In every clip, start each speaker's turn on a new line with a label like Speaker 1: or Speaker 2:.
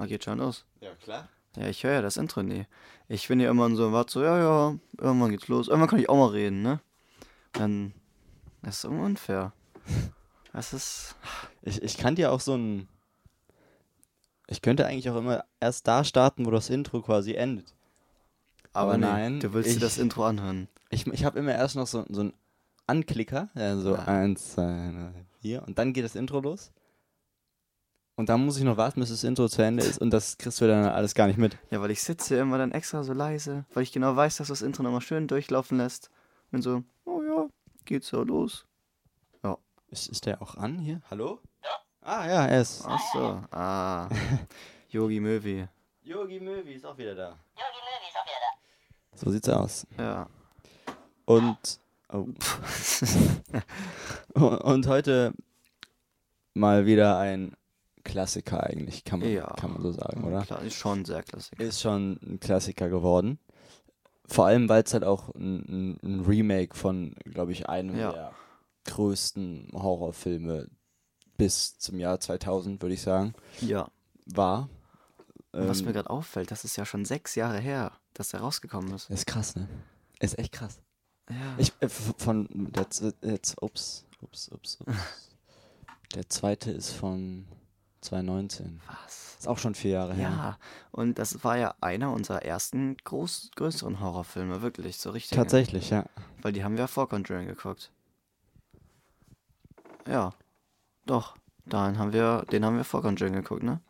Speaker 1: Ah, geht schon los.
Speaker 2: Ja, klar.
Speaker 1: Ja, ich höre ja das Intro nie. Ich bin ja immer in so einem Wart so, ja, ja, irgendwann geht's los. Irgendwann kann ich auch mal reden, ne? Dann das ist irgendwie unfair. Das ist.
Speaker 2: Ich, ich kann dir auch so ein. Ich könnte eigentlich auch immer erst da starten, wo das Intro quasi endet.
Speaker 1: Aber,
Speaker 2: Aber
Speaker 1: nee,
Speaker 2: Oh nein,
Speaker 1: Du willst dir
Speaker 2: ich-
Speaker 1: das Intro anhören.
Speaker 2: Ich, ich habe immer erst noch so, so einen Anklicker, ja, so
Speaker 1: Ja.
Speaker 2: eins, zwei, drei, vier, und dann geht das Intro los. Und dann muss ich noch warten, bis das Intro zu Ende ist, und das kriegst du dann alles gar nicht mit.
Speaker 1: Ja, weil ich sitze immer dann extra so leise, weil ich genau weiß, dass du das Intro nochmal schön durchlaufen lässt. Und so, oh ja, geht's ja los.
Speaker 2: Ist, ist der auch an hier? Hallo? Ja. Ah, ja, er ist.
Speaker 1: Ach so, ah. Yogi Möwi.
Speaker 2: Yogi Möwi ist auch wieder da. Yogi Möwi ist auch wieder da. So sieht's aus.
Speaker 1: Ja.
Speaker 2: Und, oh, und heute mal wieder ein Klassiker eigentlich, kann man,
Speaker 1: Ja.
Speaker 2: kann man so sagen, oder?
Speaker 1: Klar, ist schon sehr klassisch.
Speaker 2: Ist schon ein Klassiker geworden. Vor allem, weil es halt auch ein, ein- ein Remake von, glaube ich, einem
Speaker 1: Ja.
Speaker 2: der größten Horrorfilme bis zum Jahr 2000, würde ich sagen,
Speaker 1: Ja.
Speaker 2: war.
Speaker 1: Und was
Speaker 2: Ähm,
Speaker 1: mir gerade auffällt, das ist ja schon sechs Jahre her, dass er rausgekommen ist.
Speaker 2: ist krass, ne? Ist echt krass.
Speaker 1: Ja.
Speaker 2: Ich, äh, f- von, der, z- der, z- ups, ups, ups, ups. Der zweite ist von 2019.
Speaker 1: was?
Speaker 2: Ist auch schon vier Jahre her.
Speaker 1: Ja, und das war ja einer unserer ersten groß, größeren Horrorfilme, wirklich, so richtig.
Speaker 2: Tatsächlich, ja.
Speaker 1: Weil die haben wir ja vor Conjuring geguckt. Ja, doch. Dann haben wir, den haben wir vor Conjuring geguckt, ne?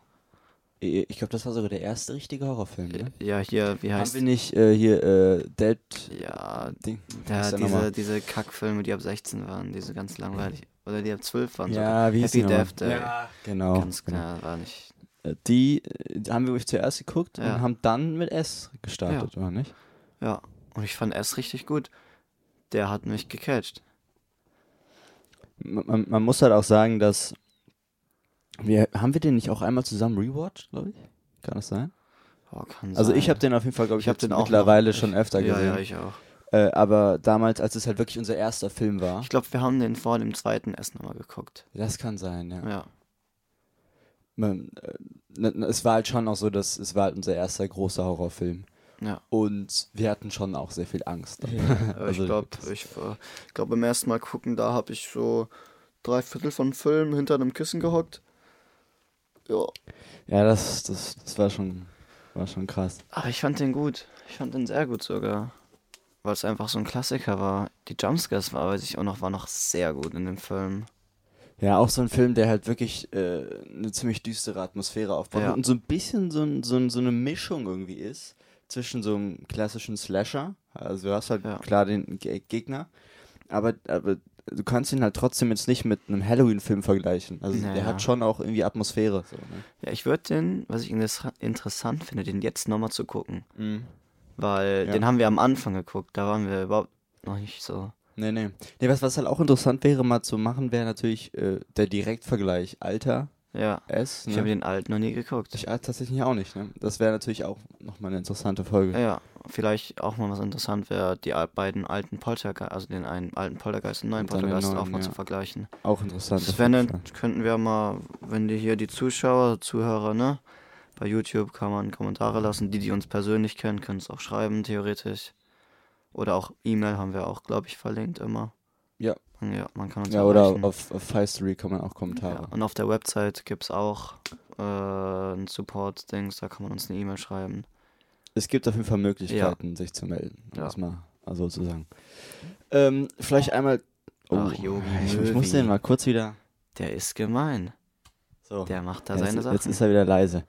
Speaker 2: I- Ich glaube, das war sogar der erste richtige Horrorfilm, ne?
Speaker 1: Ja, hier, wie
Speaker 2: Haben
Speaker 1: heißt
Speaker 2: wir nicht äh, hier äh, Dead
Speaker 1: Ja,
Speaker 2: Ding?
Speaker 1: da,
Speaker 2: Ist der
Speaker 1: diese,
Speaker 2: nochmal?
Speaker 1: diese Kackfilme, die ab 16 waren, diese ganz langweilig. Oder die ab 12 waren
Speaker 2: ja, wie hieß
Speaker 1: Happy
Speaker 2: die nochmal?
Speaker 1: Death Day.
Speaker 2: Ja, genau.
Speaker 1: Ganz klar, war nicht.
Speaker 2: genau. Äh, Die, äh, die haben wir wirklich zuerst geguckt
Speaker 1: Ja.
Speaker 2: und haben dann mit S gestartet, oder nicht?
Speaker 1: Ja, und ich fand S richtig gut. Der hat mich gecatcht.
Speaker 2: Man, man, man muss halt auch sagen, dass wir, haben wir den nicht auch einmal zusammen rewatcht, glaube ich? Kann das sein?
Speaker 1: Oh, kann
Speaker 2: Also
Speaker 1: sein.
Speaker 2: ich habe den auf jeden Fall, glaube ich,
Speaker 1: Ich hab
Speaker 2: jetzt
Speaker 1: den auch
Speaker 2: mittlerweile
Speaker 1: noch-
Speaker 2: schon öfter
Speaker 1: ja,
Speaker 2: gesehen.
Speaker 1: ja, ich auch.
Speaker 2: äh, aber damals, als es halt wirklich unser erster Film war,
Speaker 1: Ich glaube, wir haben den vor dem zweiten S nochmal geguckt.
Speaker 2: das kann sein, ja.
Speaker 1: Ja.
Speaker 2: Man, äh, ne- ne, es war halt schon auch so, dass es war halt unser erster großer Horrorfilm.
Speaker 1: Ja.
Speaker 2: Und wir hatten schon auch sehr viel Angst. Also,
Speaker 1: Aber ich glaube, ich äh, glaub, beim ersten Mal gucken, da habe ich so drei Viertel von Film hinter einem Kissen gehockt. Ja.
Speaker 2: Ja, das, das, das war schon war schon krass.
Speaker 1: Aber ich fand den gut. Ich fand den sehr gut sogar. Weil es einfach so ein Klassiker war. Die Jumpscares war, weiß ich auch noch, war noch sehr gut in dem Film.
Speaker 2: Ja, auch so ein Film, der halt wirklich äh, eine ziemlich düstere Atmosphäre aufbaut
Speaker 1: Ja.
Speaker 2: und so ein bisschen so, ein, so, ein, so eine Mischung irgendwie ist zwischen so einem klassischen Slasher, also du hast halt
Speaker 1: Ja.
Speaker 2: klar den Ge Gegner, aber, aber du kannst ihn halt trotzdem jetzt nicht mit einem Halloween-Film vergleichen. Also
Speaker 1: Naja.
Speaker 2: der hat schon auch irgendwie Atmosphäre. So, ne?
Speaker 1: Ja, ich würde den, was ich interes- interessant finde, den jetzt nochmal zu gucken.
Speaker 2: mhm.
Speaker 1: Weil
Speaker 2: Ja.
Speaker 1: den haben wir am Anfang geguckt. Da waren wir überhaupt noch nicht so.
Speaker 2: Nee, nee. Nee, was, was halt auch interessant wäre, mal zu machen, wäre natürlich äh, der Direktvergleich Alter,
Speaker 1: Ja.
Speaker 2: S.
Speaker 1: Ich
Speaker 2: Ne?
Speaker 1: habe den alten noch nie geguckt.
Speaker 2: Ich ah, tatsächlich auch nicht, ne? Das wäre natürlich auch nochmal eine interessante Folge.
Speaker 1: Ja, vielleicht auch mal was interessant wäre, die al- beiden alten Poltergeist, also den einen alten Poltergeist und den neuen
Speaker 2: Und dann den
Speaker 1: Poltergeist auch
Speaker 2: neuen,
Speaker 1: mal
Speaker 2: ja.
Speaker 1: zu vergleichen.
Speaker 2: Auch interessant. auf
Speaker 1: Das ne wäre,
Speaker 2: jeden Fall.
Speaker 1: dann könnten wir mal, wenn die hier die Zuschauer, Zuhörer, ne? Bei YouTube kann man Kommentare lassen. Die, die uns persönlich kennen, können es auch schreiben, theoretisch. Oder auch E-Mail haben wir auch, glaube ich, verlinkt immer.
Speaker 2: Ja.
Speaker 1: Ja, man kann uns
Speaker 2: Ja, oder
Speaker 1: erreichen.
Speaker 2: auf, auf Fistory kann man auch
Speaker 1: ja.
Speaker 2: Kommentare.
Speaker 1: Und auf der Website gibt es auch äh, ein Support-Dings, da kann man uns eine E-Mail schreiben.
Speaker 2: Es gibt auf jeden Fall Möglichkeiten, sich zu melden. Um
Speaker 1: Ja.
Speaker 2: das mal also zu sagen. Ähm, vielleicht einmal.
Speaker 1: Ach, Yogi
Speaker 2: ich, ich
Speaker 1: Löwy.
Speaker 2: muss den mal kurz wieder.
Speaker 1: Der ist gemein.
Speaker 2: So.
Speaker 1: Der macht da
Speaker 2: Ja,
Speaker 1: seine
Speaker 2: jetzt,
Speaker 1: Sachen.
Speaker 2: Jetzt ist er wieder leise.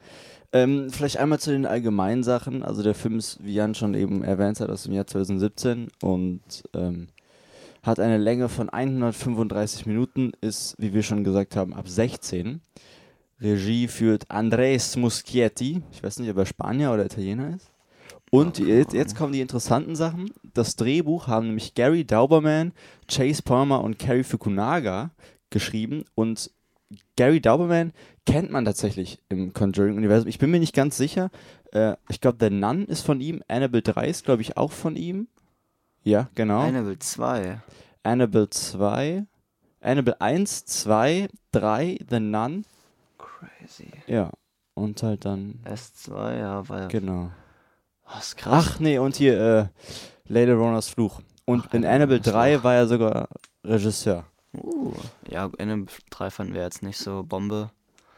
Speaker 2: Ähm, vielleicht einmal zu den allgemeinen Sachen. Also der Film ist, wie Jan schon eben erwähnt hat, aus dem Jahr 2017 und ähm, hat eine Länge von 135 Minuten, ist, wie wir schon gesagt haben, ab 16. Regie führt Andres Muschietti. Ich weiß nicht, ob er Spanier oder Italiener ist. Und
Speaker 1: Ja, keine
Speaker 2: jetzt,
Speaker 1: Ahnung.
Speaker 2: jetzt kommen die interessanten Sachen. Das Drehbuch haben nämlich Gary Dauberman, Chase Palmer und Cary Fukunaga geschrieben. Und Gary Dauberman kennt man tatsächlich im Conjuring-Universum. Ich bin mir nicht ganz sicher. Äh, ich glaube, The Nun ist von ihm. Annabelle 3 ist, glaube ich, auch von ihm. Ja, genau.
Speaker 1: Annabelle 2.
Speaker 2: Annabelle 2. Annabelle 1, 2, 3, The Nun.
Speaker 1: Crazy.
Speaker 2: Ja. und halt dann.
Speaker 1: S2, ja, weil.
Speaker 2: Genau.
Speaker 1: Oh, ist krass.
Speaker 2: Ach nee, und hier, äh, Lady Ronas Fluch. Und
Speaker 1: Ach,
Speaker 2: in
Speaker 1: Lady
Speaker 2: Annabelle
Speaker 1: Ronas
Speaker 2: 3 war er sogar Regisseur.
Speaker 1: Uh. Ja, NM 3 fanden wir jetzt nicht so Bombe.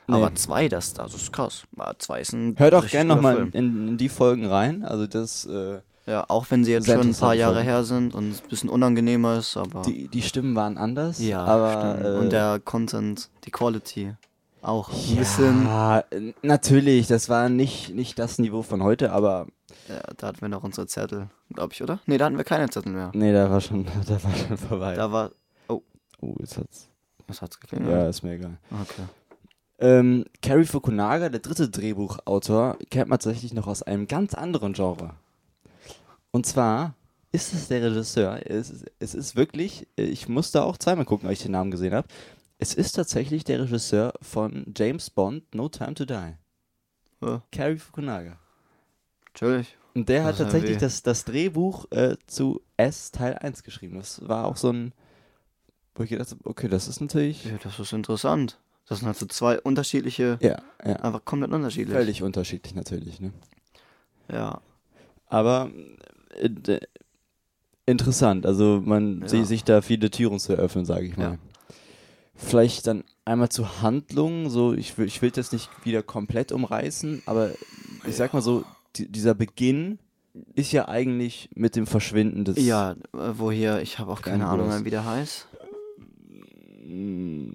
Speaker 2: Nee.
Speaker 1: Aber 2, das, das ist krass. Aber 2 ist ein.
Speaker 2: Hört auch
Speaker 1: richtig
Speaker 2: gerne
Speaker 1: guter
Speaker 2: nochmal
Speaker 1: Film.
Speaker 2: in, in die Folgen rein. Also das, äh,
Speaker 1: Ja, auch wenn sie jetzt
Speaker 2: Sehr
Speaker 1: schon ein paar
Speaker 2: interessante
Speaker 1: Jahre
Speaker 2: Folge.
Speaker 1: her sind und es ein bisschen unangenehmer ist, aber.
Speaker 2: die, die Stimmen waren anders.
Speaker 1: ja,
Speaker 2: aber
Speaker 1: stimmt.
Speaker 2: äh,
Speaker 1: Und der Content, die Quality auch. Ein bisschen.
Speaker 2: ja, n- natürlich, das war nicht, nicht das Niveau von heute, aber
Speaker 1: Ja, da hatten wir noch unsere Zettel, glaube ich, oder? Nee, da hatten wir keine Zettel mehr.
Speaker 2: nee, da war schon, da war schon vorbei.
Speaker 1: Da war.
Speaker 2: oh, jetzt hat's.
Speaker 1: Was hat's
Speaker 2: Ja,
Speaker 1: geklingelt?
Speaker 2: ist mir egal.
Speaker 1: Ja. Okay.
Speaker 2: Ähm, Cary Fukunaga, der dritte Drehbuchautor, kennt man tatsächlich noch aus einem ganz anderen Genre. Und zwar ist es der Regisseur. Es ist, es ist wirklich, ich musste auch zweimal gucken, als ich den Namen gesehen habe. Es ist tatsächlich der Regisseur von James Bond No Time to Die.
Speaker 1: Ja,
Speaker 2: Cary Fukunaga.
Speaker 1: natürlich.
Speaker 2: Und der hat
Speaker 1: Das war
Speaker 2: tatsächlich
Speaker 1: weh.
Speaker 2: das, das Drehbuch äh, zu S Teil 1 geschrieben. Das war auch so ein, wo ich gedacht habe, okay, das ist natürlich.
Speaker 1: Ja, das ist interessant. Das sind halt so zwei unterschiedliche.
Speaker 2: Ja, ja.
Speaker 1: Einfach komplett unterschiedlich.
Speaker 2: Völlig unterschiedlich natürlich, ne?
Speaker 1: Ja.
Speaker 2: Aber äh, d- interessant, also man
Speaker 1: Ja.
Speaker 2: sieht sich da viele Türen zu eröffnen, sage ich mal.
Speaker 1: Ja.
Speaker 2: Vielleicht dann einmal zur Handlung, so ich will, ich will das nicht wieder komplett umreißen, aber ich sag mal so, di dieser Beginn ist ja eigentlich mit dem Verschwinden des
Speaker 1: Ja, äh, wo hier, ich habe auch keine
Speaker 2: Kleine
Speaker 1: Ahnung
Speaker 2: Bruder.
Speaker 1: mehr, wie der heißt.
Speaker 2: Mm,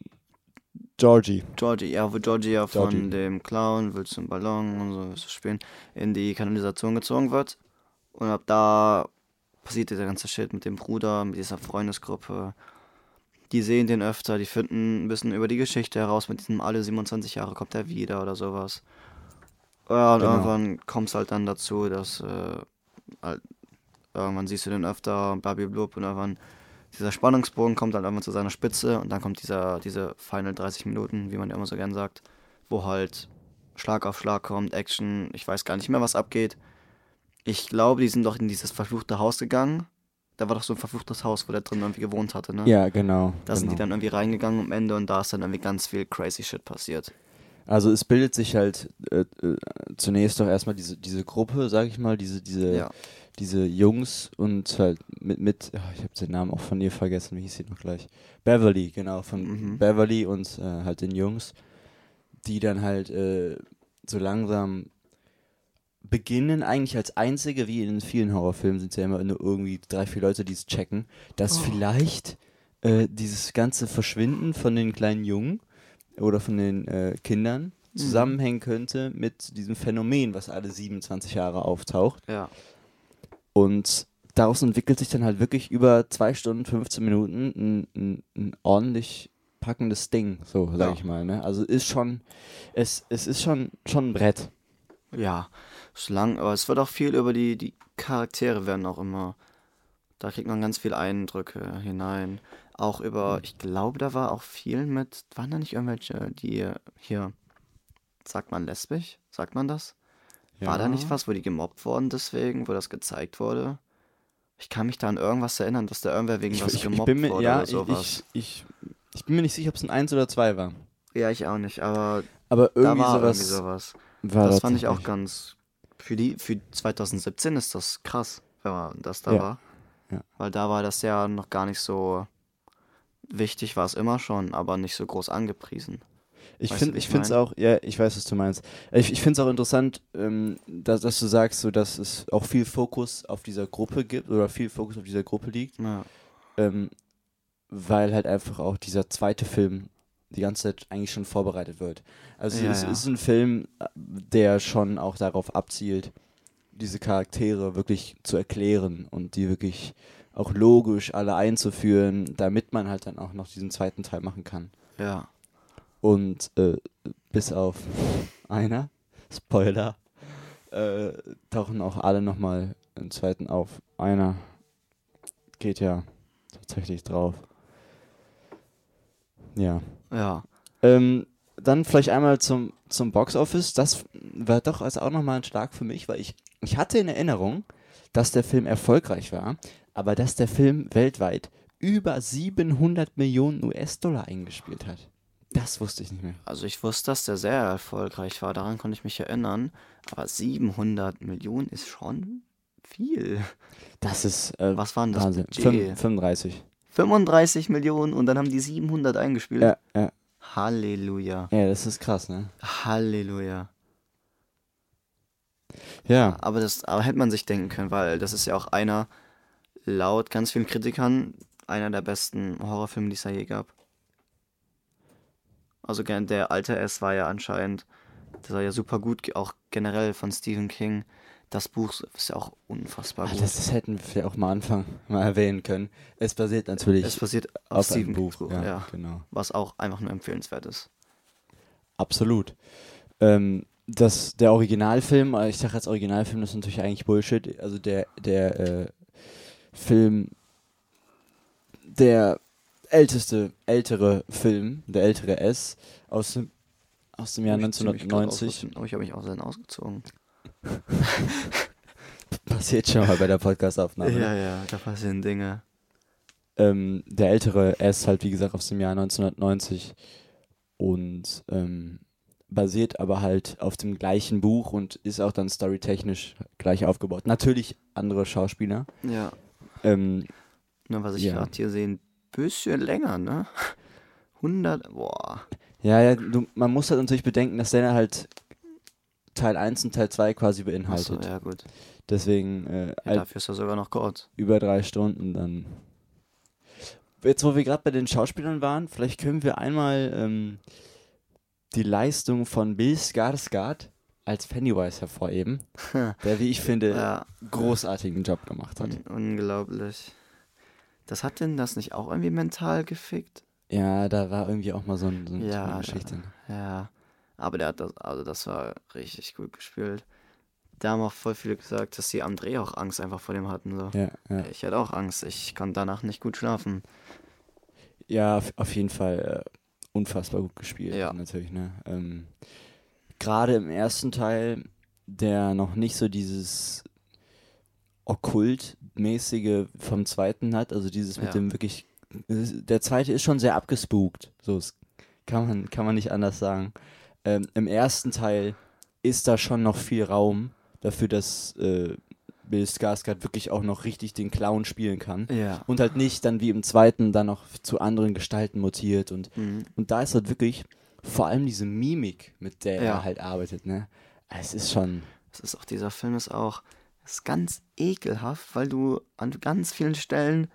Speaker 2: Georgie.
Speaker 1: Georgie, ja, wo Georgie ja von
Speaker 2: Georgie.
Speaker 1: dem Clown, willst du einen Ballon und so, willst du spielen, in die Kanalisation gezogen wird. Und ab da passiert dieser ganze Shit mit dem Bruder, mit dieser Freundesgruppe. Die sehen den öfter, die finden ein bisschen über die Geschichte heraus, mit diesem alle 27 Jahre kommt er wieder oder sowas. Ja, und
Speaker 2: Genau.
Speaker 1: irgendwann kommt es halt dann dazu, dass äh, halt, irgendwann siehst du den öfter, Babi Blub und irgendwann dieser Spannungsbogen kommt dann irgendwann zu seiner Spitze und dann kommt dieser, diese Final 30 Minuten, wie man ja immer so gern sagt, wo halt Schlag auf Schlag kommt, Action, ich weiß gar nicht mehr, was abgeht. Ich glaube, die sind doch in dieses verfluchte Haus gegangen. Da war doch so ein verfluchtes Haus, wo der drin irgendwie gewohnt hatte, ne?
Speaker 2: Ja, genau.
Speaker 1: Da sind
Speaker 2: genau.
Speaker 1: die dann irgendwie reingegangen am Ende und da ist dann irgendwie ganz viel crazy shit passiert.
Speaker 2: Also es bildet sich halt äh, äh, zunächst doch erstmal diese, diese Gruppe, sag ich mal, diese, diese,
Speaker 1: Ja.
Speaker 2: diese Jungs und halt mit, mit ah, ich habe den Namen auch von ihr vergessen, wie hieß sie noch gleich? Beverly, genau, von
Speaker 1: Mhm.
Speaker 2: Beverly und äh, halt den Jungs, die dann halt äh, so langsam beginnen, eigentlich als einzige, wie in vielen Horrorfilmen sind es ja immer nur irgendwie drei, vier Leute, die es checken, dass
Speaker 1: Oh.
Speaker 2: vielleicht äh, dieses ganze Verschwinden von den kleinen Jungen oder von den äh, Kindern
Speaker 1: Mhm.
Speaker 2: zusammenhängen könnte mit diesem Phänomen, was alle 27 Jahre auftaucht.
Speaker 1: Ja.
Speaker 2: Und daraus entwickelt sich dann halt wirklich über zwei Stunden, 15 Minuten ein, ein, ein ordentlich packendes Ding, so sag
Speaker 1: Ja.
Speaker 2: ich mal. Ne? Also ist schon, es, es ist schon, schon ein Brett.
Speaker 1: Ja. Ist lang, aber es wird auch viel über die, die Charaktere werden auch immer. Da kriegt man ganz viele Eindrücke hinein. Auch
Speaker 2: Hm.
Speaker 1: über, ich glaube, da war auch viel mit, waren da nicht irgendwelche, die hier, sagt man lesbisch? Sagt man das? War da nicht was, wo die gemobbt wurden deswegen, wo das gezeigt wurde? Ich kann mich da an irgendwas erinnern, dass da irgendwer wegen
Speaker 2: Ich,
Speaker 1: was
Speaker 2: ich, ich
Speaker 1: gemobbt
Speaker 2: bin mir,
Speaker 1: wurde
Speaker 2: ja,
Speaker 1: oder
Speaker 2: ich,
Speaker 1: sowas.
Speaker 2: ich, ich, ich bin mir nicht sicher, ob es ein 1 oder 2 war.
Speaker 1: Ja, ich auch nicht, aber
Speaker 2: Aber irgendwie
Speaker 1: da war
Speaker 2: sowas.
Speaker 1: irgendwie sowas.
Speaker 2: war
Speaker 1: Das
Speaker 2: da
Speaker 1: fand ich auch
Speaker 2: tatsächlich.
Speaker 1: ganz. Für die, für 2017 ist das krass, wenn man das da
Speaker 2: Ja.
Speaker 1: war.
Speaker 2: Ja.
Speaker 1: Weil da war das ja noch gar nicht so wichtig, war es immer schon, aber nicht so groß angepriesen.
Speaker 2: Ich
Speaker 1: Weißt du,
Speaker 2: finde
Speaker 1: wie
Speaker 2: ich
Speaker 1: ich
Speaker 2: find's
Speaker 1: mein?
Speaker 2: auch, ja, ich weiß, was du meinst. Ich, ich finde es auch interessant, ähm, dass, dass du sagst, so, dass es auch viel Fokus auf dieser Gruppe gibt oder viel Fokus auf dieser Gruppe liegt,
Speaker 1: Ja.
Speaker 2: ähm, weil halt einfach auch dieser zweite Film die ganze Zeit eigentlich schon vorbereitet wird. Also
Speaker 1: Ja,
Speaker 2: es
Speaker 1: ja.
Speaker 2: ist ein Film, äh, der schon auch darauf abzielt, diese Charaktere wirklich zu erklären und die wirklich auch logisch alle einzuführen, damit man halt dann auch noch diesen zweiten Teil machen kann.
Speaker 1: ja.
Speaker 2: Und äh, bis auf einer, Spoiler, äh, tauchen auch alle nochmal im zweiten auf. Einer geht ja tatsächlich drauf. Ja.
Speaker 1: Ja.
Speaker 2: Ähm, dann vielleicht einmal zum, zum Boxoffice. Das war doch also auch nochmal ein Schlag für mich, weil ich, ich hatte in Erinnerung, dass der Film erfolgreich war, aber dass der Film weltweit über 700 Millionen US-Dollar eingespielt hat. Das wusste ich nicht mehr.
Speaker 1: Also ich wusste, dass der sehr erfolgreich war, daran konnte ich mich erinnern. Aber 700 Millionen ist schon viel.
Speaker 2: Das ist äh,
Speaker 1: Was waren das?
Speaker 2: Wahnsinn.
Speaker 1: Budget?
Speaker 2: Fünf- 35.
Speaker 1: 35 Millionen und dann haben die 700 eingespielt.
Speaker 2: Ja, ja,
Speaker 1: Halleluja.
Speaker 2: ja, das ist krass, ne?
Speaker 1: Halleluja.
Speaker 2: Ja,
Speaker 1: Aber das aber hätte man sich denken können, weil das ist ja auch einer, laut ganz vielen Kritikern, einer der besten Horrorfilme, die es ja je gab. Also gen- der alte S war ja anscheinend, der war ja super gut, ge- auch generell von Stephen King. Das Buch ist ja auch unfassbar
Speaker 2: Ah,
Speaker 1: gut.
Speaker 2: das, das hätten wir vielleicht auch mal anfangen, mal erwähnen können. Es basiert natürlich
Speaker 1: es basiert auf,
Speaker 2: auf
Speaker 1: Stephen
Speaker 2: einem
Speaker 1: Kings
Speaker 2: Buch.
Speaker 1: Buch,
Speaker 2: ja,
Speaker 1: ja.
Speaker 2: genau.
Speaker 1: Was auch einfach nur empfehlenswert ist.
Speaker 2: Absolut. Ähm, das, der Originalfilm, äh, ich sage jetzt Originalfilm, das ist natürlich eigentlich Bullshit. Also der, der äh, Film, der älteste, ältere Film, der ältere S aus dem, aus dem Jahr
Speaker 1: Hab ich ziemlich gut
Speaker 2: 1990.
Speaker 1: ausgerutscht, Aber ich habe mich auch selten ausgezogen.
Speaker 2: Passiert schon mal bei der Podcastaufnahme. ne?
Speaker 1: Ja, ja, da passieren Dinge.
Speaker 2: ähm, der ältere S halt wie gesagt aus dem Jahr 1990 und ähm, basiert aber halt auf dem gleichen Buch und ist auch dann storytechnisch gleich aufgebaut. Natürlich andere Schauspieler.
Speaker 1: Ja.
Speaker 2: Ähm,
Speaker 1: Na, Ne, was ich
Speaker 2: Ja.
Speaker 1: gerade hier sehe, ein bisschen länger, ne? 100, boah.
Speaker 2: ja, ja, du, man muss halt natürlich bedenken, dass der halt Teil 1 und Teil 2 quasi beinhaltet.
Speaker 1: Achso, ja gut.
Speaker 2: Deswegen äh,
Speaker 1: Ja,
Speaker 2: halt
Speaker 1: dafür ist er sogar noch kurz.
Speaker 2: über drei Stunden dann. Jetzt, wo wir gerade bei den Schauspielern waren, vielleicht können wir einmal ähm, die Leistung von Bill Skarsgård als Pennywise hervorheben, der, wie ich finde,
Speaker 1: Ja, Mhm.
Speaker 2: großartigen Job gemacht hat.
Speaker 1: un unglaublich. Das hat denn das nicht auch irgendwie mental gefickt?
Speaker 2: Ja, da war irgendwie auch mal so, ein, ne? so ein- so
Speaker 1: Ja,
Speaker 2: eine
Speaker 1: da-
Speaker 2: Geschichte.
Speaker 1: Ja. Aber der hat das, also das war richtig gut gespielt. Da haben auch voll viele gesagt, dass sie am Dreh auch Angst einfach vor dem hatten. So.
Speaker 2: Ja, ja.
Speaker 1: Ich hatte auch Angst, ich konnte danach nicht gut schlafen.
Speaker 2: ja auf, auf jeden Fall äh, unfassbar gut gespielt,
Speaker 1: Ja.
Speaker 2: natürlich. Ne? Ähm, Gerade im ersten Teil, der noch nicht so dieses Okkult-mäßige vom zweiten hat, also dieses
Speaker 1: Ja.
Speaker 2: mit dem wirklich. es ist- Der zweite ist schon sehr abgespookt, so es kann man, kann man nicht anders sagen. Ähm, Im ersten Teil ist da schon noch viel Raum dafür, dass äh, Bill Skarsgård wirklich auch noch richtig den Clown spielen kann
Speaker 1: Ja.
Speaker 2: und halt nicht dann wie im zweiten dann noch zu anderen Gestalten mutiert und
Speaker 1: Mhm.
Speaker 2: und da ist halt wirklich vor allem diese Mimik, mit der
Speaker 1: Ja.
Speaker 2: er halt arbeitet, ne? Es ist schon
Speaker 1: Es ist auch, dieser Film ist auch, ist ganz ekelhaft, weil du an ganz vielen Stellen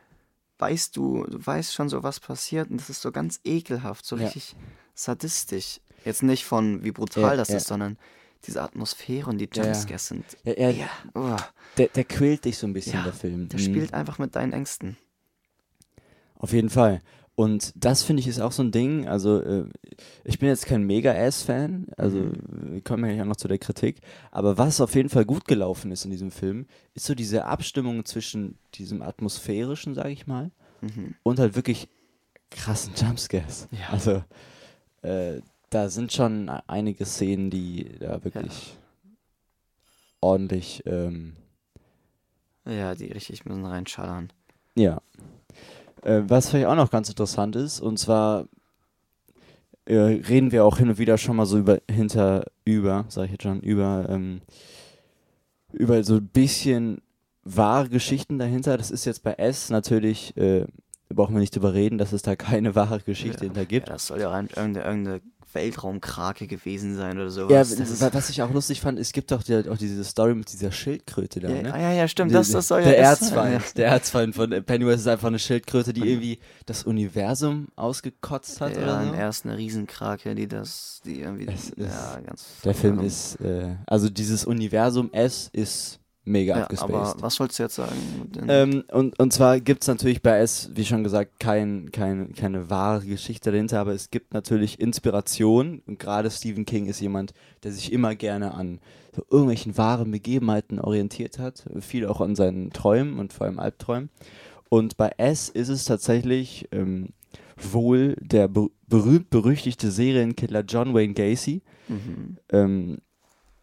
Speaker 1: weißt du, du weißt schon so, was passiert und das ist so ganz ekelhaft, so
Speaker 2: Ja.
Speaker 1: richtig sadistisch. Jetzt nicht von wie brutal
Speaker 2: Ja,
Speaker 1: das
Speaker 2: ja.
Speaker 1: ist, sondern diese Atmosphäre und die
Speaker 2: Ja, ja.
Speaker 1: Jumpscares sind.
Speaker 2: ja, er,
Speaker 1: Ja, uah.
Speaker 2: Der, der quält dich so ein bisschen
Speaker 1: Ja,
Speaker 2: der Film.
Speaker 1: der
Speaker 2: Mhm.
Speaker 1: spielt einfach mit deinen Ängsten.
Speaker 2: Auf jeden Fall. Und das finde ich ist auch so ein Ding. Also, äh, ich bin jetzt kein Mega-Ass-Fan. Also,
Speaker 1: Mhm.
Speaker 2: wir kommen ja gleich auch noch zu der Kritik. Aber was auf jeden Fall gut gelaufen ist in diesem Film, ist so diese Abstimmung zwischen diesem atmosphärischen, sage ich mal,
Speaker 1: Mhm.
Speaker 2: und halt wirklich krassen Jumpscares.
Speaker 1: Ja.
Speaker 2: Also, äh, da sind schon einige Szenen, die da wirklich ordentlich, ähm,
Speaker 1: Ja, die richtig müssen reinschallern.
Speaker 2: ja. Äh, was vielleicht auch noch ganz interessant ist, und zwar äh, reden wir auch hin und wieder schon mal so über, hinter, über, sag ich jetzt schon, über, ähm, über so ein bisschen wahre Geschichten dahinter. Das ist jetzt bei S natürlich, äh, brauchen wir nicht drüber reden, dass es da keine wahre Geschichte hinter
Speaker 1: Ja,
Speaker 2: gibt.
Speaker 1: das soll ja rein- irgendeine, irgendeine Weltraumkrake gewesen sein oder sowas.
Speaker 2: Ja,
Speaker 1: Das
Speaker 2: w-
Speaker 1: ist-
Speaker 2: wa- was ich auch lustig fand, es gibt doch die, auch diese Story mit dieser Schildkröte da,
Speaker 1: ja,
Speaker 2: ne?
Speaker 1: ja, ja, ja, stimmt,
Speaker 2: Der-
Speaker 1: das, das soll ja
Speaker 2: der
Speaker 1: erst sein,
Speaker 2: Erzfeind,
Speaker 1: ja.
Speaker 2: der Erzfeind von äh, Pennywise ist einfach eine Schildkröte, die irgendwie das Universum ausgekotzt hat
Speaker 1: ja,
Speaker 2: oder so.
Speaker 1: und erst eine Riesenkrake, die das, die irgendwie,
Speaker 2: Es ist-
Speaker 1: ja, ganz.
Speaker 2: Der Film
Speaker 1: verwirrend.
Speaker 2: ist, äh, also dieses Universum S ist mega
Speaker 1: Ja, aber
Speaker 2: abgespaced.
Speaker 1: was wolltest du jetzt sagen? Mit den,
Speaker 2: Ähm, und, und zwar gibt es natürlich bei S, wie schon gesagt, kein, kein, keine wahre Geschichte dahinter, aber es gibt natürlich Inspiration. Und gerade Stephen King ist jemand, der sich immer gerne an so irgendwelchen wahren Begebenheiten orientiert hat. Viel auch an seinen Träumen und vor allem Albträumen. Und bei S ist es tatsächlich ähm, wohl der be berühmt-berüchtigte Serienkiller John Wayne Gacy,
Speaker 1: mhm.
Speaker 2: ähm,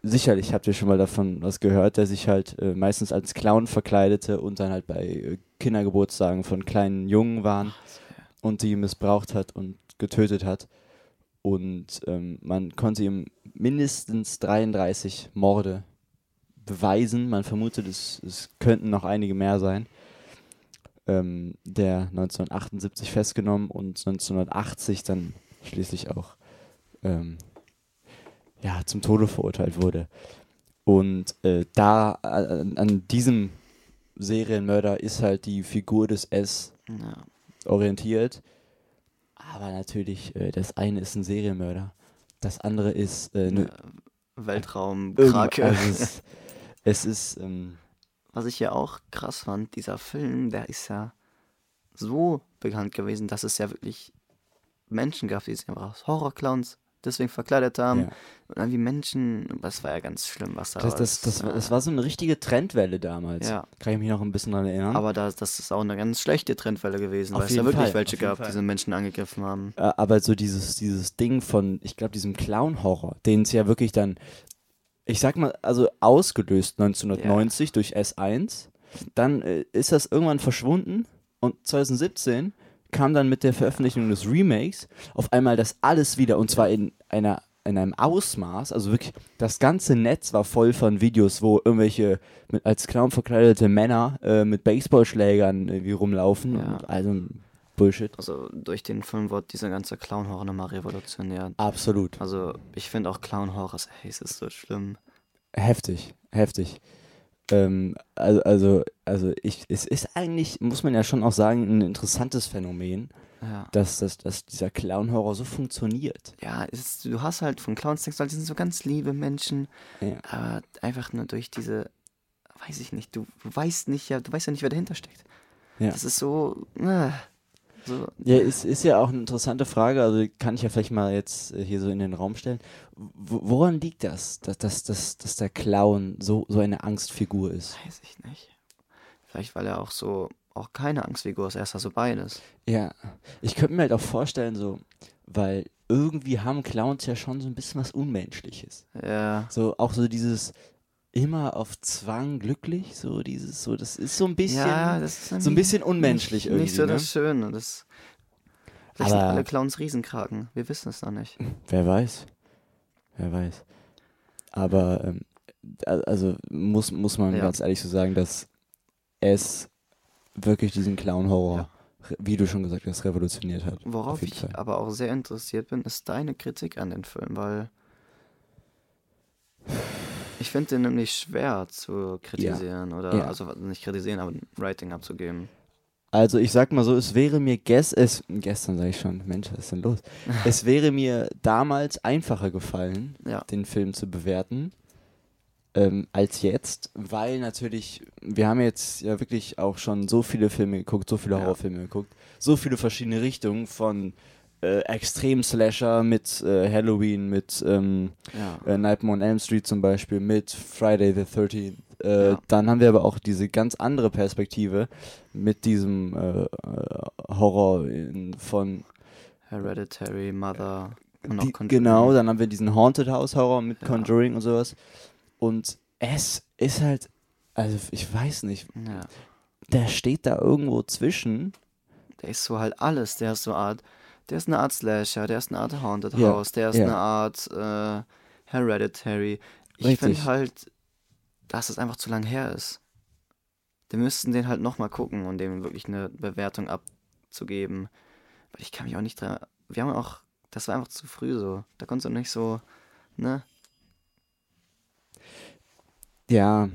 Speaker 2: sicherlich habt ihr schon mal davon was gehört, der sich halt äh, meistens als Clown verkleidete und dann halt bei äh, Kindergeburtstagen von kleinen Jungen waren und die missbraucht hat und getötet hat. Und ähm, man konnte ihm mindestens 33 Morde beweisen. Man vermutet, es, es könnten noch einige mehr sein. Ähm, der 1978 festgenommen und 1980 dann schließlich auch ähm, ja, zum Tode verurteilt wurde. Und äh, da an, an diesem Serienmörder ist halt die Figur des S
Speaker 1: Ja.
Speaker 2: orientiert. Aber natürlich, äh, das eine ist ein Serienmörder, das andere ist äh, eine
Speaker 1: Weltraumkrake.
Speaker 2: Also es, es ist, ähm,
Speaker 1: Was ich ja auch krass fand, dieser Film, der ist ja so bekannt gewesen, dass es ja wirklich Menschen gab, die sich einfach als Horrorclowns deswegen verkleidet haben.
Speaker 2: Ja.
Speaker 1: Und dann wie Menschen, das war ja ganz schlimm, was da
Speaker 2: das, das, das,
Speaker 1: war.
Speaker 2: das war so eine richtige Trendwelle damals.
Speaker 1: Ja.
Speaker 2: Kann ich mich noch ein bisschen daran erinnern.
Speaker 1: Aber da, das ist auch eine ganz schlechte Trendwelle gewesen,
Speaker 2: Auf
Speaker 1: weil es da
Speaker 2: jeden
Speaker 1: wirklich
Speaker 2: Fall,
Speaker 1: welche
Speaker 2: auf jeden
Speaker 1: gab, die
Speaker 2: Fall.
Speaker 1: diese Menschen angegriffen haben.
Speaker 2: Äh, aber so dieses, dieses Ding von, ich glaube, diesem Clown-Horror, den es ja wirklich dann, ich sag mal, also ausgelöst 1990 durch S1, dann äh, ist das irgendwann verschwunden und 2017 kam dann mit der Veröffentlichung des Remakes auf einmal das alles wieder und zwar in einer in einem Ausmaß, also wirklich, das ganze Netz war voll von Videos, wo irgendwelche mit, als Clown verkleidete Männer äh, mit Baseballschlägern irgendwie rumlaufen
Speaker 1: Ja.
Speaker 2: und also Bullshit.
Speaker 1: Also durch den Film wurde dieser ganze Clown-Horror nochmal revolutioniert.
Speaker 2: Absolut.
Speaker 1: Also ich finde auch Clown-Horror, ey, es ist so schlimm.
Speaker 2: Heftig, heftig. Ähm, also, also, also ich, es ist eigentlich, muss man ja schon auch sagen, ein interessantes Phänomen,
Speaker 1: Ja.
Speaker 2: dass, dass, dass dieser Clown-Horror so funktioniert.
Speaker 1: Ja, es ist, du hast halt von Clowns denkst, du halt, die sind so ganz liebe Menschen.
Speaker 2: Ja.
Speaker 1: Aber einfach nur durch diese, weiß ich nicht, du weißt nicht, ja, du weißt ja nicht, wer dahinter steckt.
Speaker 2: Ja.
Speaker 1: Das ist so, äh, so
Speaker 2: Ja, es ist ja auch eine interessante Frage, also kann ich ja vielleicht mal jetzt äh, hier so in den Raum stellen. W woran liegt das, dass, dass, dass, dass der Clown so, so eine Angstfigur ist?
Speaker 1: weiß ich nicht. Vielleicht, weil er auch so, auch keine Angstfigur ist, er ist also beides.
Speaker 2: Ja, ich könnte mir halt auch vorstellen, so, weil irgendwie haben Clowns ja schon so ein bisschen was Unmenschliches.
Speaker 1: Ja,
Speaker 2: So, auch so dieses immer auf Zwang glücklich, so dieses, so, das ist so ein bisschen,
Speaker 1: ja das ist
Speaker 2: so ein bisschen unmenschlich
Speaker 1: nicht,
Speaker 2: irgendwie.
Speaker 1: Nicht so
Speaker 2: ne?
Speaker 1: das Schöne. Das, vielleicht sind
Speaker 2: Aber-
Speaker 1: alle Clowns Riesenkraken, wir wissen es noch nicht.
Speaker 2: Wer weiß. Wer weiß. Aber, ähm, al- also muss, muss man
Speaker 1: Ja.
Speaker 2: ganz ehrlich so sagen, dass es wirklich diesen Clown-Horror, re- wie du schon gesagt hast, revolutioniert hat.
Speaker 1: Worauf
Speaker 2: Auf jeden
Speaker 1: ich
Speaker 2: Fall.
Speaker 1: aber auch sehr interessiert bin, ist deine Kritik an den Film, weil ich finde den nämlich schwer zu kritisieren oder
Speaker 2: Ja.
Speaker 1: also nicht kritisieren, aber ein Rating abzugeben.
Speaker 2: Also ich sag mal so, es wäre mir ges es, gestern sage ich schon, Mensch, was ist denn los? es wäre mir damals einfacher gefallen,
Speaker 1: Ja.
Speaker 2: den Film zu bewerten, ähm, als jetzt, weil natürlich, wir haben jetzt ja wirklich auch schon so viele Filme geguckt, so viele
Speaker 1: Ja.
Speaker 2: Horrorfilme geguckt, so viele verschiedene Richtungen von äh, Extrem-Slasher mit äh, Halloween, mit ähm,
Speaker 1: Ja.
Speaker 2: äh, Nightmare on Elm Street zum Beispiel mit Friday the 13th. Äh,
Speaker 1: Ja.
Speaker 2: Dann haben wir aber auch diese ganz andere Perspektive mit diesem äh, äh, Horror in, von
Speaker 1: Hereditary, Mother und
Speaker 2: die,
Speaker 1: auch Conjuring.
Speaker 2: genau, dann haben wir diesen Haunted House Horror mit
Speaker 1: Ja.
Speaker 2: Conjuring und sowas. Und es ist halt, also ich weiß nicht,
Speaker 1: Ja.
Speaker 2: der steht da irgendwo zwischen.
Speaker 1: Der ist so halt alles. Der ist so eine Art, der ist eine Art Slasher, der ist eine Art Haunted
Speaker 2: Ja,
Speaker 1: House, der ist
Speaker 2: ja.
Speaker 1: eine Art äh, Hereditary. Ich
Speaker 2: Richtig.
Speaker 1: finde halt, dass es einfach zu lang her ist. Wir müssten den halt nochmal gucken und dem wirklich eine Bewertung abzugeben. Weil ich kann mich auch nicht dran. Wir haben auch. Das war einfach zu früh so. Da konntest du nicht so. Ne?
Speaker 2: Ja.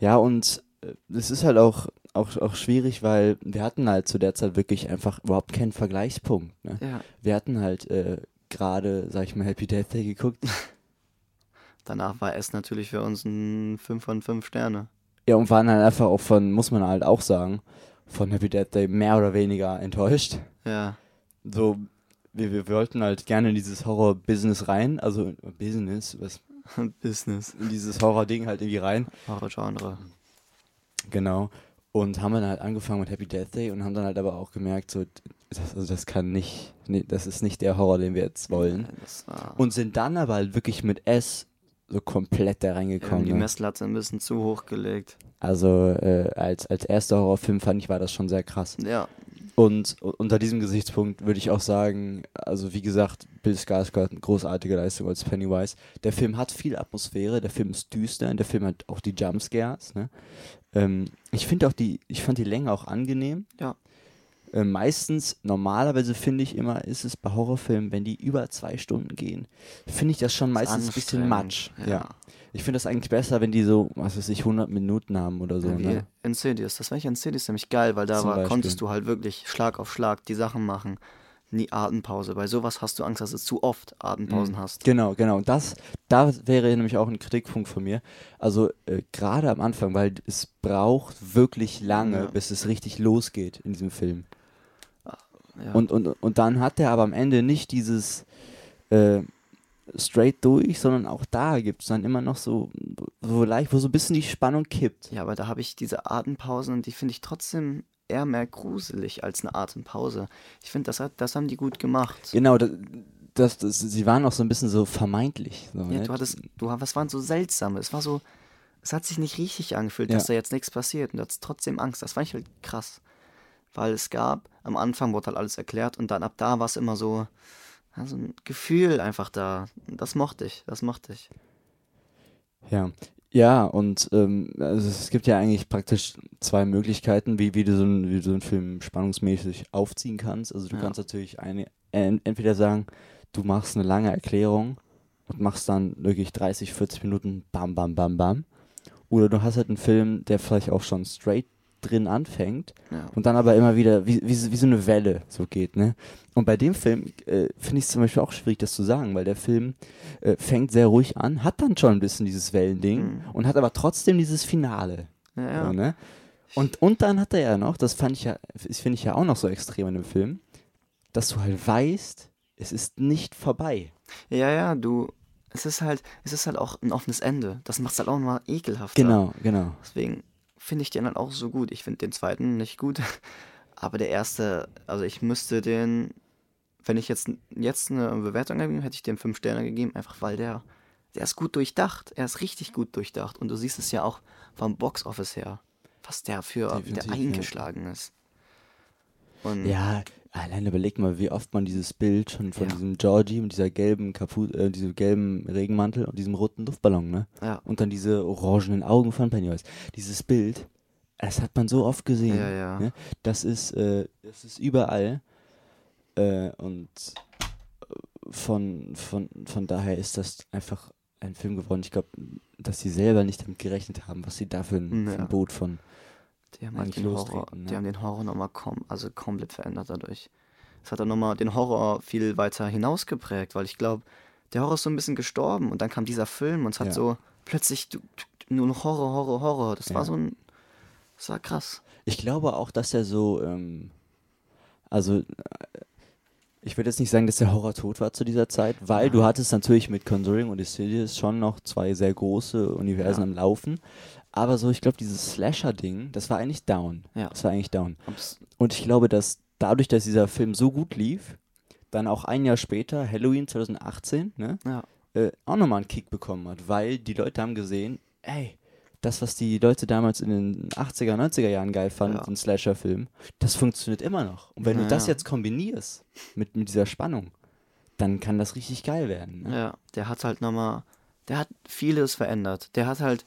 Speaker 2: Ja, und äh, es ist halt auch, auch, auch schwierig, weil wir hatten halt zu der Zeit wirklich einfach überhaupt keinen Vergleichspunkt. Ne?
Speaker 1: Ja.
Speaker 2: Wir hatten halt äh, gerade, sag ich mal, Happy Death Day geguckt.
Speaker 1: Danach war es natürlich für uns ein 5 von 5 Sterne.
Speaker 2: Ja, und waren halt einfach auch von, muss man halt auch sagen, von Happy Death Day mehr oder weniger enttäuscht.
Speaker 1: Ja.
Speaker 2: So, wir, wir wollten halt gerne in dieses Horror-Business rein, also Business, was,
Speaker 1: Business.
Speaker 2: in dieses Horror-Ding halt irgendwie rein.
Speaker 1: Horror-Genre.
Speaker 2: Genau. Und haben dann halt angefangen mit Happy Death Day und haben dann halt aber auch gemerkt, so, das, also das kann nicht, nee, das ist nicht der Horror, den wir jetzt wollen.
Speaker 1: Das war.
Speaker 2: Und sind dann aber halt wirklich mit S so komplett da
Speaker 1: Wir haben
Speaker 2: reingekommen.
Speaker 1: die
Speaker 2: ne?
Speaker 1: Messlatte ein bisschen zu hoch gelegt.
Speaker 2: Also äh, als, als erster Horrorfilm fand ich, war das schon sehr krass.
Speaker 1: Ja,
Speaker 2: Und u- unter diesem Gesichtspunkt würde ich auch sagen, also wie gesagt, Bill Skarsgård hat eine großartige Leistung als Pennywise. Der Film hat viel Atmosphäre, der Film ist düster, der Film hat auch die Jumpscares. Ne? Ähm, ich finde auch die, ich fand die Länge auch angenehm.
Speaker 1: Ja.
Speaker 2: Äh, meistens, normalerweise finde ich immer, ist es bei Horrorfilmen, wenn die über zwei Stunden gehen, finde ich das schon meistens ein bisschen matsch.
Speaker 1: anstrengend,
Speaker 2: Ja.
Speaker 1: ja.
Speaker 2: Ich finde das eigentlich besser, wenn die so, was weiß ich, 100 Minuten haben oder so.
Speaker 1: Ja, wie
Speaker 2: ne?
Speaker 1: Insidious. Das war ich Insidious nämlich geil, weil da
Speaker 2: Zum
Speaker 1: war,
Speaker 2: Beispiel.
Speaker 1: konntest du halt wirklich Schlag auf Schlag die Sachen machen. Nie Atempause. Bei sowas hast du Angst, dass du zu oft Atempausen hast.
Speaker 2: Genau, genau. Und das, da wäre nämlich auch ein Kritikpunkt von mir. Also äh, gerade am Anfang, weil es braucht wirklich lange,
Speaker 1: Ja.
Speaker 2: bis es richtig losgeht in diesem Film.
Speaker 1: Ja.
Speaker 2: Und, und, und dann hat er aber am Ende nicht dieses äh, straight durch, sondern auch da gibt es dann immer noch so, so leicht, wo so ein bisschen die Spannung kippt.
Speaker 1: ja, aber da habe ich diese Atempausen und die finde ich trotzdem eher mehr gruselig als eine Atempause. Ich finde, das, hat, das haben die gut gemacht.
Speaker 2: Genau, das, das, das, sie waren auch so ein bisschen so vermeintlich. So,
Speaker 1: Ja,
Speaker 2: ne?
Speaker 1: du hattest, du, was waren so seltsame? Es war so, es hat sich nicht richtig angefühlt, dass
Speaker 2: Ja.
Speaker 1: da jetzt nichts passiert und du hattest trotzdem Angst. Das fand ich halt krass. Weil es gab, am Anfang wurde halt alles erklärt und dann ab da war es immer so, ja, so ein Gefühl einfach da. Das mochte ich, das mochte ich.
Speaker 2: Ja, ja, und ähm, also es gibt ja eigentlich praktisch zwei Möglichkeiten, wie, wie, du, so einen, wie du so einen Film spannungsmäßig aufziehen kannst. Also du
Speaker 1: Ja.
Speaker 2: kannst natürlich eine, en, entweder sagen, du machst eine lange Erklärung und machst dann wirklich 30, 40 Minuten bam, bam, bam, bam. Oder du hast halt einen Film, der vielleicht auch schon straight drin anfängt
Speaker 1: Ja.
Speaker 2: und dann aber immer wieder wie, wie, so- wie so eine Welle so geht, ne? Und bei dem Film äh, finde ich es zum Beispiel auch schwierig, das zu sagen, weil der Film äh, fängt sehr ruhig an, hat dann schon ein bisschen dieses Wellending
Speaker 1: Mhm.
Speaker 2: und hat aber trotzdem dieses Finale.
Speaker 1: Ja,
Speaker 2: So,
Speaker 1: ja.
Speaker 2: ne? und, und dann hat er ja noch, das fand ich ja, das finde ich ja auch noch so extrem in dem Film, dass du halt weißt, es ist nicht vorbei.
Speaker 1: ja, ja, du, es ist halt, es ist halt auch ein offenes Ende. Das macht es halt auch nochmal ekelhaft.
Speaker 2: Genau, genau.
Speaker 1: Deswegen finde ich den halt auch so gut. Ich finde den zweiten nicht gut. Aber der erste, also ich müsste den, wenn ich jetzt, jetzt eine Bewertung gegeben hätte, ich dem fünf Sterne gegeben, einfach weil der, der ist gut durchdacht. Er ist richtig gut durchdacht. Und du siehst es ja auch vom Boxoffice her, was der für wie
Speaker 2: Definitiv, ja.
Speaker 1: der eingeschlagen ist. Und
Speaker 2: Ja, alleine überleg mal, wie oft man dieses Bild schon von
Speaker 1: Ja.
Speaker 2: diesem Georgie mit dieser gelben Kapu äh, diesem gelben Regenmantel und diesem roten Luftballon, ne?
Speaker 1: ja,
Speaker 2: Und dann diese orangenen Augen von Pennywise. Dieses Bild, das hat man so oft gesehen.
Speaker 1: Ja, ja.
Speaker 2: Ne? Das ist, äh, das ist überall. Äh, und äh, von, von, von daher ist das einfach ein Film geworden. Ich glaube, dass sie selber nicht damit gerechnet haben, was sie da für ein, für
Speaker 1: Ja.
Speaker 2: ein Boot von.
Speaker 1: die haben, halt
Speaker 2: eigentlich
Speaker 1: den Horror,
Speaker 2: lostreten,
Speaker 1: die
Speaker 2: ja.
Speaker 1: haben den Horror nochmal kom also komplett verändert dadurch. Es hat dann nochmal den Horror viel weiter hinaus geprägt, weil ich glaube, der Horror ist so ein bisschen gestorben und dann kam dieser Film und es hat
Speaker 2: Ja.
Speaker 1: so plötzlich du, du, nur noch Horror, Horror, Horror. Das
Speaker 2: Ja.
Speaker 1: war so ein. Das war krass.
Speaker 2: Ich glaube auch, dass er so, ähm, also äh, ich würde jetzt nicht sagen, dass der Horror tot war zu dieser Zeit, weil du hattest natürlich mit Conjuring und Insidious schon noch zwei sehr große Universen
Speaker 1: Ja.
Speaker 2: am Laufen. Aber so, ich glaube, dieses Slasher-Ding, das war eigentlich down.
Speaker 1: Ja.
Speaker 2: Das war eigentlich down.
Speaker 1: Ob's,
Speaker 2: Und ich glaube, dass dadurch, dass dieser Film so gut lief, dann auch ein Jahr später, Halloween 2018, ne,
Speaker 1: ja.
Speaker 2: äh, auch nochmal einen Kick bekommen hat, weil die Leute haben gesehen, ey, das, was die Leute damals in den 80er, 90er Jahren geil fanden,
Speaker 1: Ja.
Speaker 2: so ein Slasher-Film, das funktioniert immer noch. Und wenn du
Speaker 1: Ja,
Speaker 2: das
Speaker 1: ja.
Speaker 2: jetzt kombinierst mit, mit dieser Spannung, dann kann das richtig geil werden. Ne?
Speaker 1: Ja, der hat halt nochmal, der hat vieles verändert. Der hat halt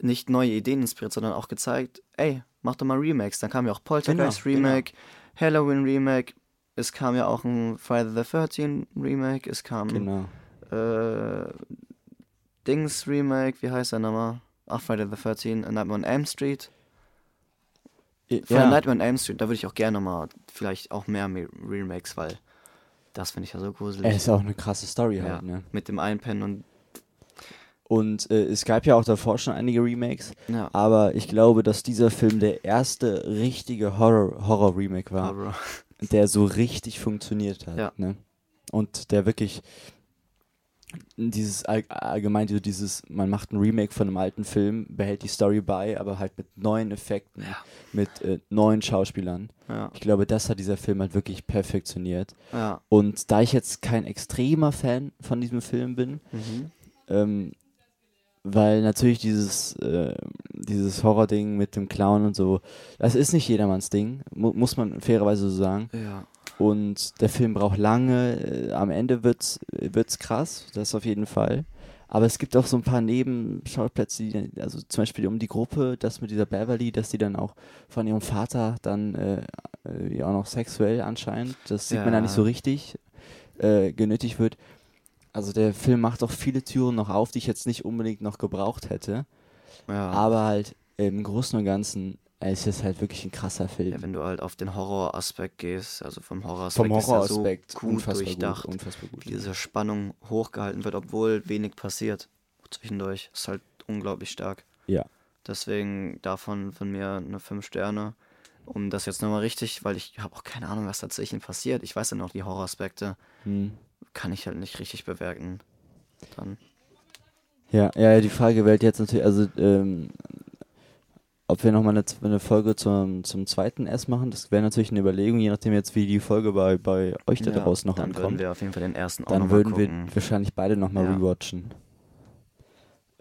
Speaker 1: nicht neue Ideen inspiriert, sondern auch gezeigt, ey, mach doch mal Remakes. Dann kam ja auch Poltergeist
Speaker 2: Genau, genau.
Speaker 1: Remake, Halloween Remake, es kam ja auch ein Friday the 13 Remake, es kam
Speaker 2: Genau.
Speaker 1: äh, Dings Remake, wie heißt der nochmal? Ach, Friday the 13, A Nightmare on Elm Street.
Speaker 2: I-
Speaker 1: Friday
Speaker 2: Ja,
Speaker 1: Nightmare on Elm Street, da würde ich auch gerne mal vielleicht auch mehr Me- Remakes, weil das finde ich ja so gruselig.
Speaker 2: er ist auch eine krasse Story halt, ne?
Speaker 1: Mit dem Einpennen und
Speaker 2: Und äh, es gab ja auch davor schon einige Remakes,
Speaker 1: ja.
Speaker 2: aber ich glaube, dass dieser Film der erste richtige Horror- Horror-Remake war.
Speaker 1: Aber-
Speaker 2: der so richtig funktioniert hat.
Speaker 1: Ja.
Speaker 2: Ne? Und der wirklich dieses all- allgemein so dieses man macht ein Remake von einem alten Film behält die Story bei aber halt mit neuen Effekten
Speaker 1: Ja.
Speaker 2: mit äh, neuen Schauspielern
Speaker 1: Ja,
Speaker 2: ich glaube das hat dieser Film halt wirklich perfektioniert
Speaker 1: ja.
Speaker 2: und da ich jetzt kein extremer Fan von diesem Film bin
Speaker 1: Mhm.
Speaker 2: ähm, weil natürlich dieses, äh, dieses Horror-Ding mit dem Clown und so, das ist nicht jedermanns Ding, mu muss man fairerweise so sagen.
Speaker 1: Ja.
Speaker 2: Und der Film braucht lange, äh, am Ende wird's, wird's krass, das auf jeden Fall. Aber es gibt auch so ein paar Nebenschauplätze, die, dann- also zum Beispiel um die Gruppe, das mit dieser Beverly, dass die dann auch von ihrem Vater dann äh, äh, ja auch noch sexuell anscheinend, das sieht man da
Speaker 1: Ja.
Speaker 2: nicht so richtig, äh, genötigt wird. Also der Film macht auch viele Türen noch auf, die ich jetzt nicht unbedingt noch gebraucht hätte.
Speaker 1: ja.
Speaker 2: Aber halt im Großen und Ganzen äh, ist es halt wirklich ein krasser Film.
Speaker 1: ja, wenn du halt auf den Horroraspekt gehst, also vom Horroraspekt
Speaker 2: Vom Horroraspekt
Speaker 1: ist ja so gut
Speaker 2: unfassbar
Speaker 1: durchdacht,
Speaker 2: gut, unfassbar gut.
Speaker 1: wie diese Spannung hochgehalten wird, obwohl wenig passiert zwischendurch. Ist halt unglaublich stark.
Speaker 2: Ja.
Speaker 1: Deswegen davon von mir eine 5 Sterne. Um das jetzt nochmal richtig, weil ich habe auch keine Ahnung, was tatsächlich passiert. Ich weiß ja noch die Horroraspekte.
Speaker 2: Hm.
Speaker 1: Kann ich halt nicht richtig bewerten. Dann.
Speaker 2: Ja, ja, ja, die Frage wählt jetzt natürlich, also ähm, ob wir nochmal eine, Z- eine Folge zum, zum zweiten S machen, das wäre natürlich eine Überlegung, je nachdem jetzt, wie die Folge bei, bei euch da
Speaker 1: Ja,
Speaker 2: draußen noch
Speaker 1: dann würden
Speaker 2: ankommt.
Speaker 1: wir auf jeden Fall den ersten auch
Speaker 2: dann
Speaker 1: noch mal
Speaker 2: würden wir
Speaker 1: gucken.
Speaker 2: wahrscheinlich beide nochmal
Speaker 1: Ja.
Speaker 2: rewatchen.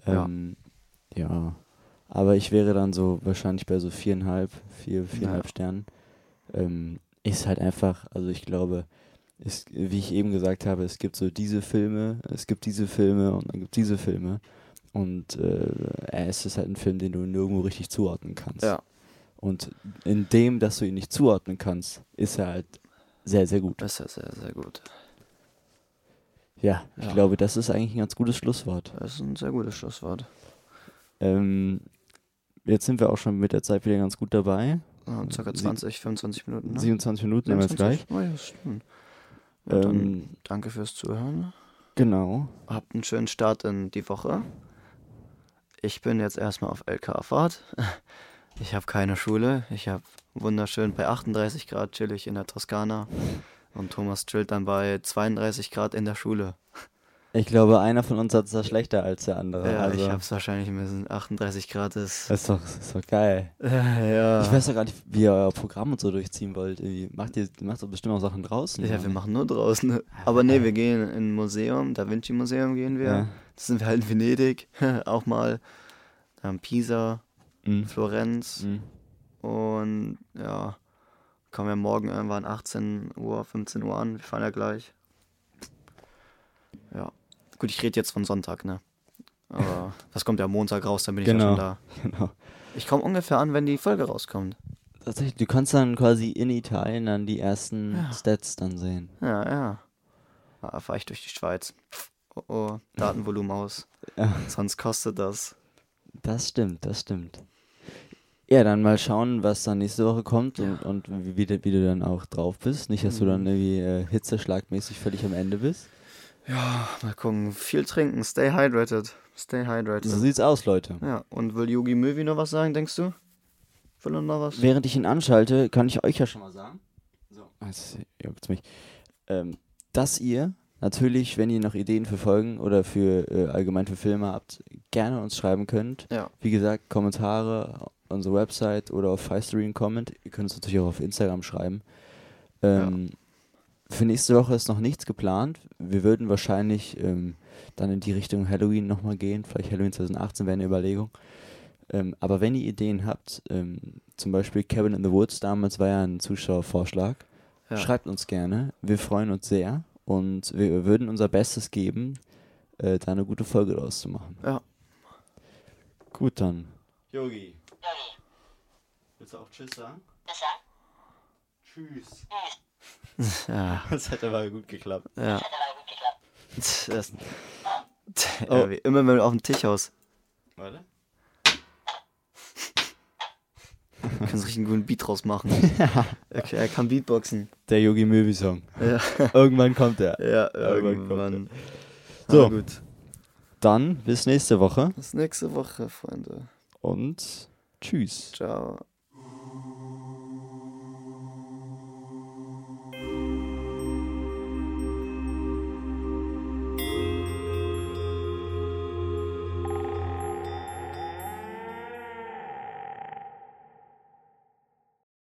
Speaker 1: Ja.
Speaker 2: Ähm, ja. Aber ich wäre dann so wahrscheinlich bei so viereinhalb, vier, viereinhalb
Speaker 1: Ja.
Speaker 2: Sternen. Ähm, ist halt einfach, also ich glaube, es, wie ich eben gesagt habe, es gibt so diese Filme, es gibt diese Filme und dann gibt diese Filme. Und äh, es ist halt ein Film, den du nirgendwo richtig zuordnen kannst.
Speaker 1: Ja.
Speaker 2: Und in dem, dass du ihn nicht zuordnen kannst, ist er halt sehr, sehr gut.
Speaker 1: Das ist ja sehr, sehr gut.
Speaker 2: Ja, ich
Speaker 1: Ja.
Speaker 2: glaube, das ist eigentlich ein ganz gutes Schlusswort.
Speaker 1: Das ist ein sehr gutes Schlusswort.
Speaker 2: Ähm, jetzt sind wir auch schon mit der Zeit wieder ganz gut dabei.
Speaker 1: Ah, Circa
Speaker 2: Sie-
Speaker 1: 20, 25 Minuten. Ne?
Speaker 2: 27 Minuten haben wir jetzt gleich.
Speaker 1: 27? Oh, ja, ist schön. Ja, dann
Speaker 2: Ähm,
Speaker 1: danke fürs Zuhören.
Speaker 2: genau.
Speaker 1: Habt einen schönen Start in die Woche. Ich bin jetzt erstmal auf LK-Fahrt. Ich habe keine Schule. Ich habe wunderschön bei 38 Grad chill ich in der Toskana. Und Thomas chillt dann bei 32 Grad in der Schule.
Speaker 2: Ich glaube, einer von uns hat es da schlechter als der andere.
Speaker 1: ja,
Speaker 2: also,
Speaker 1: ich hab's wahrscheinlich ein bisschen. 38 Grad ist.
Speaker 2: Das ist doch, das ist doch geil.
Speaker 1: ja.
Speaker 2: Ich weiß Äh, ja gar nicht, wie ihr euer Programm und so durchziehen wollt. Irgendwie macht ihr macht doch bestimmt auch Sachen draußen. ne?
Speaker 1: ja,
Speaker 2: oder?
Speaker 1: wir machen nur draußen. Aber nee, wir gehen in ein Museum, Da Vinci Museum gehen wir.
Speaker 2: Ja.
Speaker 1: Das sind wir halt in Venedig, auch mal. Dann Pisa,
Speaker 2: Mhm.
Speaker 1: Florenz.
Speaker 2: Mhm.
Speaker 1: Und ja, kommen wir morgen irgendwann 18 Uhr, 15 Uhr an. Wir fahren ja gleich. Ja. Gut, ich rede jetzt von Sonntag, ne? Aber das kommt ja Montag raus, dann bin ich ja
Speaker 2: Genau.
Speaker 1: schon da.
Speaker 2: Genau.
Speaker 1: Ich komme ungefähr an, wenn die Folge rauskommt.
Speaker 2: Tatsächlich, du kannst dann quasi in Italien dann die ersten
Speaker 1: Ja.
Speaker 2: Stats dann sehen.
Speaker 1: Ja, ja. Ah, fahre ich durch die Schweiz. Oh, oh, Datenvolumen aus.
Speaker 2: Ja.
Speaker 1: Sonst kostet das.
Speaker 2: Das stimmt, das stimmt. Ja, dann mal schauen, was dann nächste Woche kommt und, und wie, wie, du- wie du dann auch drauf bist. Nicht, dass du dann irgendwie äh, hitzeschlagmäßig völlig am Ende bist.
Speaker 1: Mal gucken, viel trinken, stay hydrated. Stay hydrated.
Speaker 2: So sieht's aus, Leute.
Speaker 1: Ja, und will Yugi Möwi noch was sagen, denkst du? Will er noch was?
Speaker 2: Während ich ihn anschalte, kann ich euch ja schon mal sagen, so, Ah, jetzt juckt's mich, ähm, dass ihr natürlich, wenn ihr noch Ideen für Folgen oder für äh, allgemein für Filme habt, gerne uns schreiben könnt.
Speaker 1: Ja.
Speaker 2: Wie gesagt, Kommentare, unsere Website oder auf Firestream Comment. Ihr könnt uns natürlich auch auf Instagram schreiben. Ähm, Für nächste Woche ist noch nichts geplant. Wir würden wahrscheinlich ähm, dann in die Richtung Halloween nochmal gehen. Vielleicht Halloween 2018 wäre eine Überlegung. Ähm, aber wenn ihr Ideen habt, ähm, zum Beispiel Kevin in the Woods, damals war ja ein Zuschauervorschlag,
Speaker 1: Ja.
Speaker 2: schreibt uns gerne. Wir freuen uns sehr und wir würden unser Bestes geben, äh, da eine gute Folge draus zu machen.
Speaker 1: Ja.
Speaker 2: Gut dann. Yogi, willst du auch Tschüss sagen? Tschüss.
Speaker 1: Ja.
Speaker 2: Das hat aber gut geklappt.
Speaker 1: Ja. Das, ja, wie immer wenn du auf dem Tisch haust,
Speaker 2: Warte.
Speaker 1: kannst du richtig einen guten Beat rausmachen. Okay, er kann Beatboxen.
Speaker 2: Der Yogi Möwi Song.
Speaker 1: Ja,
Speaker 2: Irgendwann kommt er.
Speaker 1: ja
Speaker 2: irgendwann kommt
Speaker 1: irgendwann.
Speaker 2: So.
Speaker 1: Na gut.
Speaker 2: Dann bis nächste Woche
Speaker 1: Bis nächste Woche, Freunde.
Speaker 2: und tschüss.
Speaker 1: Ciao.